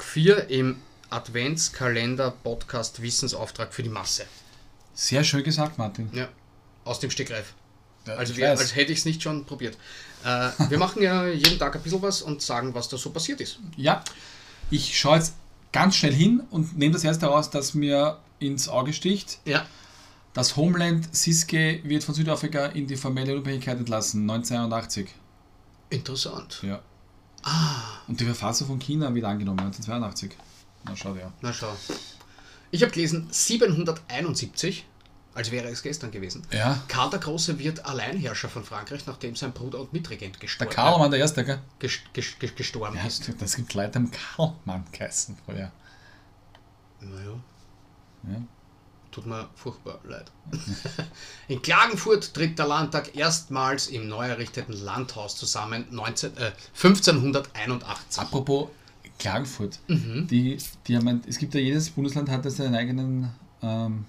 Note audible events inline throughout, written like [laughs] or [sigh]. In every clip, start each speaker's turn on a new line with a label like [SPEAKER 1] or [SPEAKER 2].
[SPEAKER 1] 4 im Adventskalender-Podcast Wissensauftrag für die Masse.
[SPEAKER 2] Sehr schön gesagt, Martin.
[SPEAKER 1] Ja, aus dem Stegreif.
[SPEAKER 2] Ja,
[SPEAKER 1] Also,
[SPEAKER 2] ich
[SPEAKER 1] wir,
[SPEAKER 2] weiß.
[SPEAKER 1] als hätte ich es nicht schon probiert. Äh, wir machen ja jeden Tag ein bisschen was und sagen, was da so passiert ist.
[SPEAKER 2] Ja, ich schaue jetzt ganz schnell hin und nehme das erste raus, das mir ins Auge sticht.
[SPEAKER 1] Ja.
[SPEAKER 2] Das Homeland Siske wird von Südafrika in die formelle Unabhängigkeit entlassen, 1981.
[SPEAKER 1] Interessant.
[SPEAKER 2] Ja. Und die Verfassung von China wird angenommen, 1982. Na, schau dir.
[SPEAKER 1] Na schau. Ich habe gelesen, 771, als wäre es gestern gewesen.
[SPEAKER 2] Ja.
[SPEAKER 1] Karl der Große wird Alleinherrscher von Frankreich, nachdem sein Bruder und Mitregent
[SPEAKER 2] Der
[SPEAKER 1] gestorben, äh,
[SPEAKER 2] Karlmann der Erste, gell?
[SPEAKER 1] ges ges ges gestorben
[SPEAKER 2] Ja,
[SPEAKER 1] ist.
[SPEAKER 2] stimmt, das gibt Leute am Karlmann geheißen vorher.
[SPEAKER 1] Naja.
[SPEAKER 2] Ja.
[SPEAKER 1] Tut mir furchtbar leid. [laughs] In Klagenfurt tritt der Landtag erstmals im neu errichteten Landhaus zusammen 19, äh, 1581.
[SPEAKER 2] Apropos Klagenfurt.
[SPEAKER 1] Mhm.
[SPEAKER 2] Die, die haben ein, es gibt ja jedes Bundesland hat ja seinen eigenen, ähm,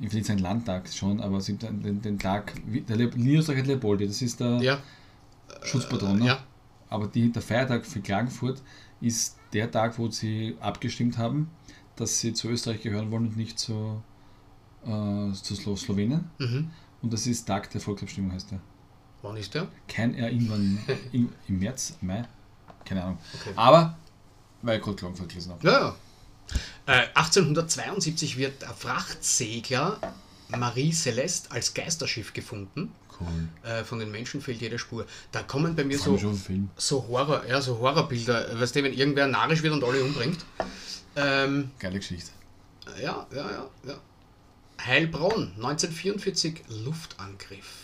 [SPEAKER 2] ich will nicht sagen Landtag schon, aber es gibt den, den, den Tag, wie- der Le- Niederösterreich hat Leopoldi, das ist der
[SPEAKER 1] Ja, äh,
[SPEAKER 2] Schutzpatron. Ne?
[SPEAKER 1] ja.
[SPEAKER 2] Aber die, der Feiertag für Klagenfurt ist der Tag, wo sie abgestimmt haben, dass sie zu Österreich gehören wollen und nicht zu, äh, zu Slo Slowenien.
[SPEAKER 1] Mhm.
[SPEAKER 2] Und das ist Tag der Volksabstimmung, heißt der.
[SPEAKER 1] Wann ist der?
[SPEAKER 2] Kein er irgendwann
[SPEAKER 1] [laughs]
[SPEAKER 2] im, im März, Mai, keine Ahnung.
[SPEAKER 1] Okay.
[SPEAKER 2] Aber, weil ich gerade Klagenfurt gelesen habe.
[SPEAKER 1] Ja, ja. Äh, 1872 wird der Frachtsegler Marie Celeste als Geisterschiff gefunden.
[SPEAKER 2] Cool.
[SPEAKER 1] Äh, von den Menschen fehlt jede Spur. Da kommen bei mir
[SPEAKER 2] So.
[SPEAKER 1] so,
[SPEAKER 2] Schon Film.
[SPEAKER 1] so, Horror, ja, so Horrorbilder. Äh, Weißt du, wenn irgendwer narrisch wird und alle umbringt. Ähm,
[SPEAKER 2] Geile Geschichte.
[SPEAKER 1] ja, ja, ja, ja. Heilbronn, 1944, Luftangriff.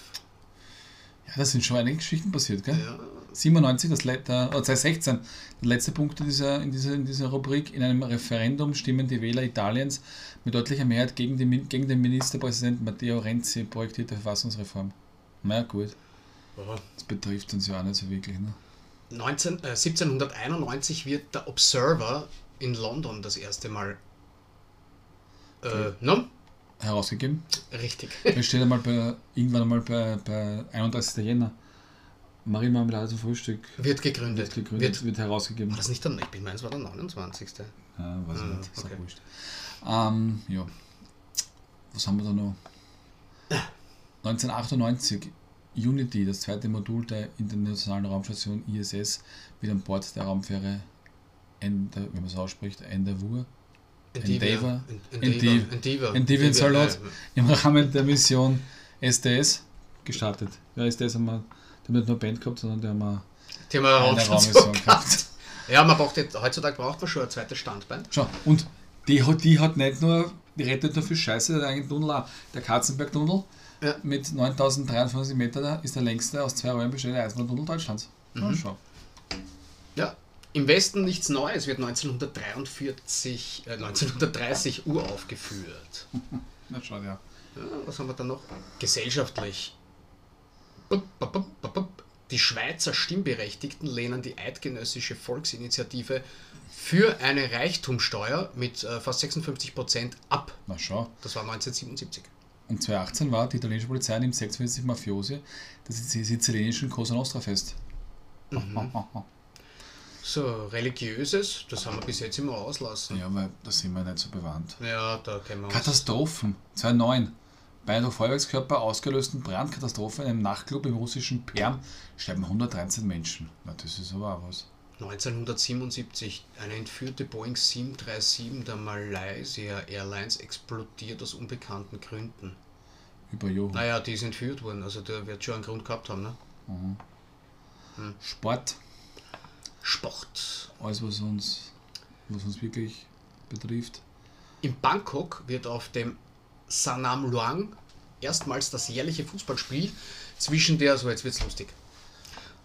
[SPEAKER 2] Ja, da sind schon einige Geschichten passiert, gell?
[SPEAKER 1] Ja,
[SPEAKER 2] 97, das Le- der, oh, 2016, der letzte Punkt in dieser, in, dieser, in dieser Rubrik. In einem Referendum stimmen die Wähler Italiens mit deutlicher Mehrheit gegen den, Min- gegen den Ministerpräsidenten Matteo Renzi projektierte Verfassungsreform. Na gut,
[SPEAKER 1] aber
[SPEAKER 2] das betrifft uns ja auch nicht so wirklich. Ne?
[SPEAKER 1] 19, äh, 1791 wird der Observer in London das erste Mal. Äh, no?
[SPEAKER 2] Herausgegeben.
[SPEAKER 1] Richtig. [laughs]
[SPEAKER 2] Da steht einmal bei, irgendwann einmal bei, bei 31. Jänner. Marie Marmelade zum also Frühstück
[SPEAKER 1] Wird gegründet.
[SPEAKER 2] wird gegründet, wird,
[SPEAKER 1] Wird,
[SPEAKER 2] herausgegeben.
[SPEAKER 1] war das nicht der, ich bin meins war der 29.
[SPEAKER 2] Ja, weiß ich
[SPEAKER 1] Ah,
[SPEAKER 2] nicht, ist
[SPEAKER 1] okay.
[SPEAKER 2] auch wurscht. Ähm, ja. Was haben wir da noch? 1998, Unity, das zweite Modul der internationalen Raumstation ISS, wird an Bord der Raumfähre, Ende, wenn man es ausspricht, Endeavour, Endeavour. Endeavour.
[SPEAKER 1] Endeavour. Endeavour.
[SPEAKER 2] Endeavour in Saarland.
[SPEAKER 1] Nein,
[SPEAKER 2] im Rahmen der Mission STS gestartet. Ja, STS haben wir, die haben nicht nur Band gehabt, sondern die haben wir.
[SPEAKER 1] Thema
[SPEAKER 2] Eine
[SPEAKER 1] Raumstation
[SPEAKER 2] Raummission
[SPEAKER 1] gehabt. Ja, man braucht jetzt, heutzutage braucht man schon ein zweites Standbein.
[SPEAKER 2] Schau, und die, hat- die hat nicht nur, die rettet nur für Scheiße, der eigene Tunnel auch. Der Katzenberg-Tunnel
[SPEAKER 1] Ja.
[SPEAKER 2] mit 9053 Meter da ist der längste aus zwei Räumen bestehende Eisenbahntunnel Deutschlands. Na, schau.
[SPEAKER 1] Ja. Im Westen nichts Neues wird 1943, äh, 1930 Uhr aufgeführt.
[SPEAKER 2] Na, schau, ja.
[SPEAKER 1] Ja, was haben wir dann noch? Gesellschaftlich. Bup, bup, bup, bup, bup. Die Schweizer Stimmberechtigten lehnen die eidgenössische Volksinitiative für eine Reichtumsteuer mit äh, fast 56 Prozent ab.
[SPEAKER 2] Na, schau.
[SPEAKER 1] Das war 1977.
[SPEAKER 2] Und 2018 war die italienische Polizei nimmt 46 Mafiosi das ist die sizilianischen Cosa Nostra fest.
[SPEAKER 1] So, religiöses, das haben wir bis jetzt immer auslassen.
[SPEAKER 2] [laughs] Ja, weil da sind wir nicht so bewandt.
[SPEAKER 1] Ja, da kennen wir uns.
[SPEAKER 2] Katastrophen 2009. Bei einer durch Feuerwerkskörper ausgelösten Brandkatastrophe in einem Nachtclub im russischen Perm sterben 113 Menschen. Na, das ist aber auch was.
[SPEAKER 1] 1977, eine entführte Boeing 737 der Malaysia Airlines explodiert aus unbekannten Gründen.
[SPEAKER 2] Über Johann.
[SPEAKER 1] Naja, die ist entführt worden, also der wird schon einen Grund gehabt haben, ne?
[SPEAKER 2] Mhm. Sport,
[SPEAKER 1] Sport.
[SPEAKER 2] alles was uns, was uns wirklich betrifft.
[SPEAKER 1] In Bangkok wird auf dem Sanam Luang erstmals das jährliche Fußballspiel zwischen der, so jetzt wird's lustig,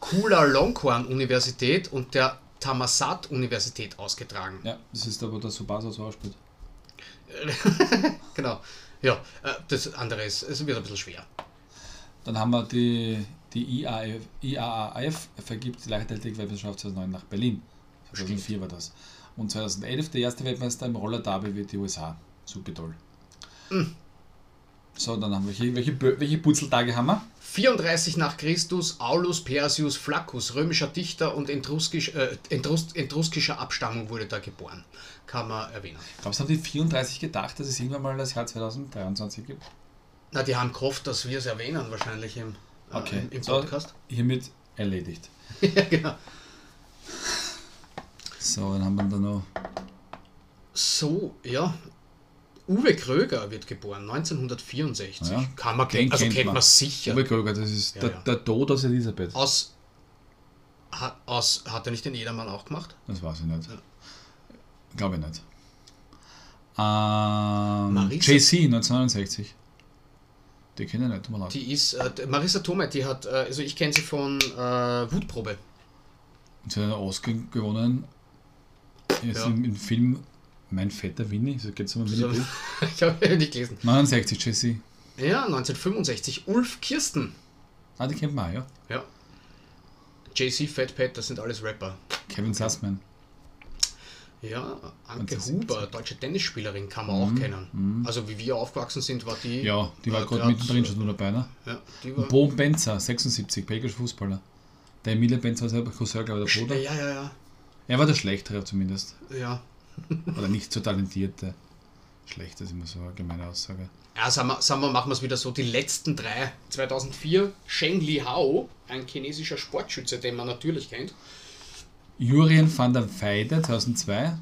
[SPEAKER 1] Kuala-Longkorn-Universität und der Tamasat-Universität ausgetragen.
[SPEAKER 2] Ja, das ist aber das Subasa so ausspielt.
[SPEAKER 1] [laughs] Genau. Ja, äh, das andere ist, es wird ein bisschen schwer.
[SPEAKER 2] Dann haben wir die, die IAAF, IAAF vergibt die Leichtathletik-Weltmeisterschaft 2009 nach Berlin. 2004 war das. Und
[SPEAKER 1] Hm.
[SPEAKER 2] 2011 der erste Weltmeister im Roller Derby wird die USA. Super toll. So, dann haben wir welche, welche, Bö- welche Putzeltage haben wir?
[SPEAKER 1] 34 nach Christus, Aulus Persius Flaccus, römischer Dichter und etruskisch, äh, Entrus, etruskischer Abstammung wurde da geboren. Kann man erwähnen.
[SPEAKER 2] Glaubst du, haben die 34 gedacht, dass es irgendwann mal das Jahr 2023 gibt?
[SPEAKER 1] Na, die haben gehofft, dass wir es erwähnen, wahrscheinlich im, äh, im, im
[SPEAKER 2] so,
[SPEAKER 1] Podcast. [laughs]
[SPEAKER 2] hiermit erledigt.
[SPEAKER 1] ja, genau.
[SPEAKER 2] So, dann haben wir da noch.
[SPEAKER 1] So, ja. Uwe Kröger wird geboren, 1964.
[SPEAKER 2] Ja.
[SPEAKER 1] Kann man,
[SPEAKER 2] Den
[SPEAKER 1] also
[SPEAKER 2] kennt
[SPEAKER 1] kennt,
[SPEAKER 2] man.
[SPEAKER 1] man sicher.
[SPEAKER 2] Uwe Kröger, das ist
[SPEAKER 1] Ja,
[SPEAKER 2] der,
[SPEAKER 1] ja.
[SPEAKER 2] der Tod aus Elisabeth.
[SPEAKER 1] Aus, hat, aus, hat er nicht den Jedermann auch gemacht?
[SPEAKER 2] Das weiß ich nicht. Glaube ich nicht. Ähm,
[SPEAKER 1] Marisa-
[SPEAKER 2] JC 1969. Die kennen nicht, tut mir leid.
[SPEAKER 1] Die ist, äh, d- Marisa Tomei, die hat, äh, also ich kenne sie von äh, Wutprobe. [laughs]
[SPEAKER 2] Und sie hat einen Oscar gewonnen. Jetzt
[SPEAKER 1] Ja.
[SPEAKER 2] im, im Film Mein fetter Winnie. So geht's um ein
[SPEAKER 1] So.
[SPEAKER 2] Winnie-Buch.
[SPEAKER 1] ich habe nicht gelesen.
[SPEAKER 2] 69 JC.
[SPEAKER 1] Ja, 1965. Ulf Kirsten.
[SPEAKER 2] Ah, die kennt man auch, ja.
[SPEAKER 1] Ja. JC, Fat Pat, das sind alles Rapper.
[SPEAKER 2] Kevin Sussman.
[SPEAKER 1] Ja, Anke
[SPEAKER 2] 1970.
[SPEAKER 1] Huber, deutsche Tennisspielerin, kann man auch kennen. Also wie wir aufgewachsen sind, war die...
[SPEAKER 2] Mhm, Ja, die war
[SPEAKER 1] äh,
[SPEAKER 2] gerade
[SPEAKER 1] grad-
[SPEAKER 2] mittendrin schon nur dabei. Ne?
[SPEAKER 1] Ja, die war...
[SPEAKER 2] Boom Benzer, 76, belgischer Fußballer. Der Emile Benzer war selber Cousin, glaube ich, der Bruder.
[SPEAKER 1] Ja, ja, ja.
[SPEAKER 2] Er war der Schlechtere zumindest.
[SPEAKER 1] ja.
[SPEAKER 2] Oder nicht so talentierte. Schlecht ist immer so eine gemeine Aussage.
[SPEAKER 1] Ja, sagen wir, sagen wir, machen wir es wieder so. Die letzten drei. 2004 Sheng Li Hao, ein chinesischer Sportschütze, den man natürlich kennt.
[SPEAKER 2] Jurien van der Weide 2002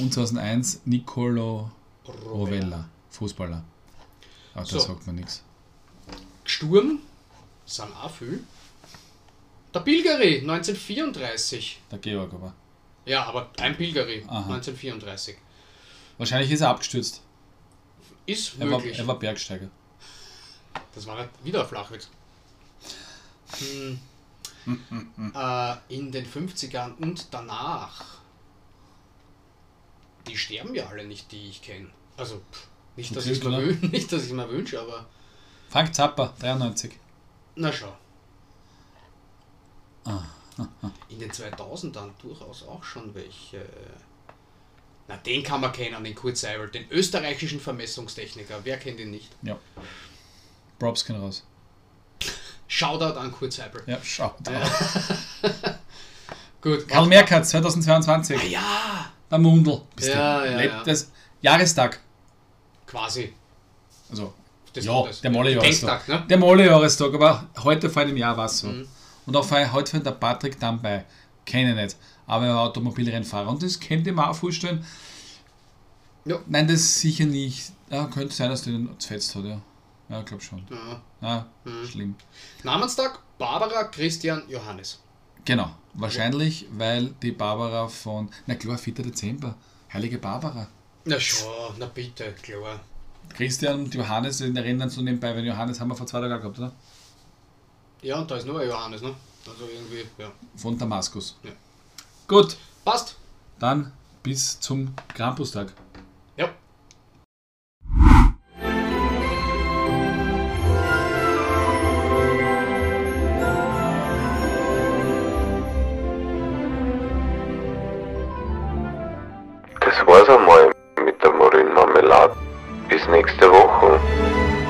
[SPEAKER 2] und 2001 Nicolo Rovella, Fußballer. Auch das
[SPEAKER 1] So.
[SPEAKER 2] sagt mir nichts.
[SPEAKER 1] Sturm, San Afü. Der Pilgeri, 1934.
[SPEAKER 2] Der Georg aber.
[SPEAKER 1] Ja, aber ein Pilgeri,
[SPEAKER 2] Aha.
[SPEAKER 1] 1934.
[SPEAKER 2] Wahrscheinlich ist er abgestürzt.
[SPEAKER 1] Ist
[SPEAKER 2] Er war,
[SPEAKER 1] möglich.
[SPEAKER 2] er war Bergsteiger.
[SPEAKER 1] Das war halt wieder ein Flachwitz.
[SPEAKER 2] [laughs]
[SPEAKER 1] Hm. äh, in den 50ern und danach. Die sterben ja alle nicht, die ich kenne. Also, pff, nicht, dass
[SPEAKER 2] Natürlich,
[SPEAKER 1] ich mir
[SPEAKER 2] oder?
[SPEAKER 1] wün- [laughs] nicht, dass ich mir wünsche, aber
[SPEAKER 2] Frank Zappa, 93.
[SPEAKER 1] na schau.
[SPEAKER 2] Ah. [laughs]
[SPEAKER 1] In den 2000ern durchaus auch schon welche. Na, den kann man kennen, den Kurt Seibel, den österreichischen Vermessungstechniker. Wer kennt ihn nicht?
[SPEAKER 2] Ja. Props gehen raus.
[SPEAKER 1] Shoutout an Kurt Seibel.
[SPEAKER 2] Ja, schaut.
[SPEAKER 1] Gut, Ah
[SPEAKER 2] Karl Merkert, 2022.
[SPEAKER 1] ja,
[SPEAKER 2] Der Mundel. Bist
[SPEAKER 1] Ja,
[SPEAKER 2] du.
[SPEAKER 1] ja,
[SPEAKER 2] Lebt
[SPEAKER 1] ja.
[SPEAKER 2] Das Jahrestag.
[SPEAKER 1] quasi.
[SPEAKER 2] Also,
[SPEAKER 1] Das
[SPEAKER 2] ja,
[SPEAKER 1] das-
[SPEAKER 2] der Molle-Jahrestag.
[SPEAKER 1] Gedenktag, ne? Mhm.
[SPEAKER 2] Der Molle-Jahrestag, aber heute vor einem Jahr war es so. Und auch vor, heute fand der Patrick dann bei. Kenne ich nicht. Aber er war Automobilrennfahrer. Und das könnte man auch vorstellen.
[SPEAKER 1] Ja.
[SPEAKER 2] Nein, das sicher nicht. Ja, könnte sein, dass der den zfetzt hat, ja. Ja, ich glaube schon.
[SPEAKER 1] Ja. Mhm.
[SPEAKER 2] Ja, schlimm.
[SPEAKER 1] Namenstag Barbara Christian Johannes.
[SPEAKER 2] Genau. Wahrscheinlich, weil die Barbara von. Na klar, 4. Dezember. Heilige Barbara.
[SPEAKER 1] Na schon, na bitte, klar.
[SPEAKER 2] Christian und Johannes in Erinnern so nebenbei, weil Johannes haben wir vor zwei Tagen gehabt, oder?
[SPEAKER 1] Ja, und da ist nur ein Johannes, ne? Also irgendwie, ja.
[SPEAKER 2] Von Damaskus.
[SPEAKER 1] Ja.
[SPEAKER 2] Gut,
[SPEAKER 1] Passt.
[SPEAKER 2] dann bis zum Krampustag.
[SPEAKER 1] Ja.
[SPEAKER 3] Das war's einmal mit der Marillenmarmelade. Bis nächste Woche.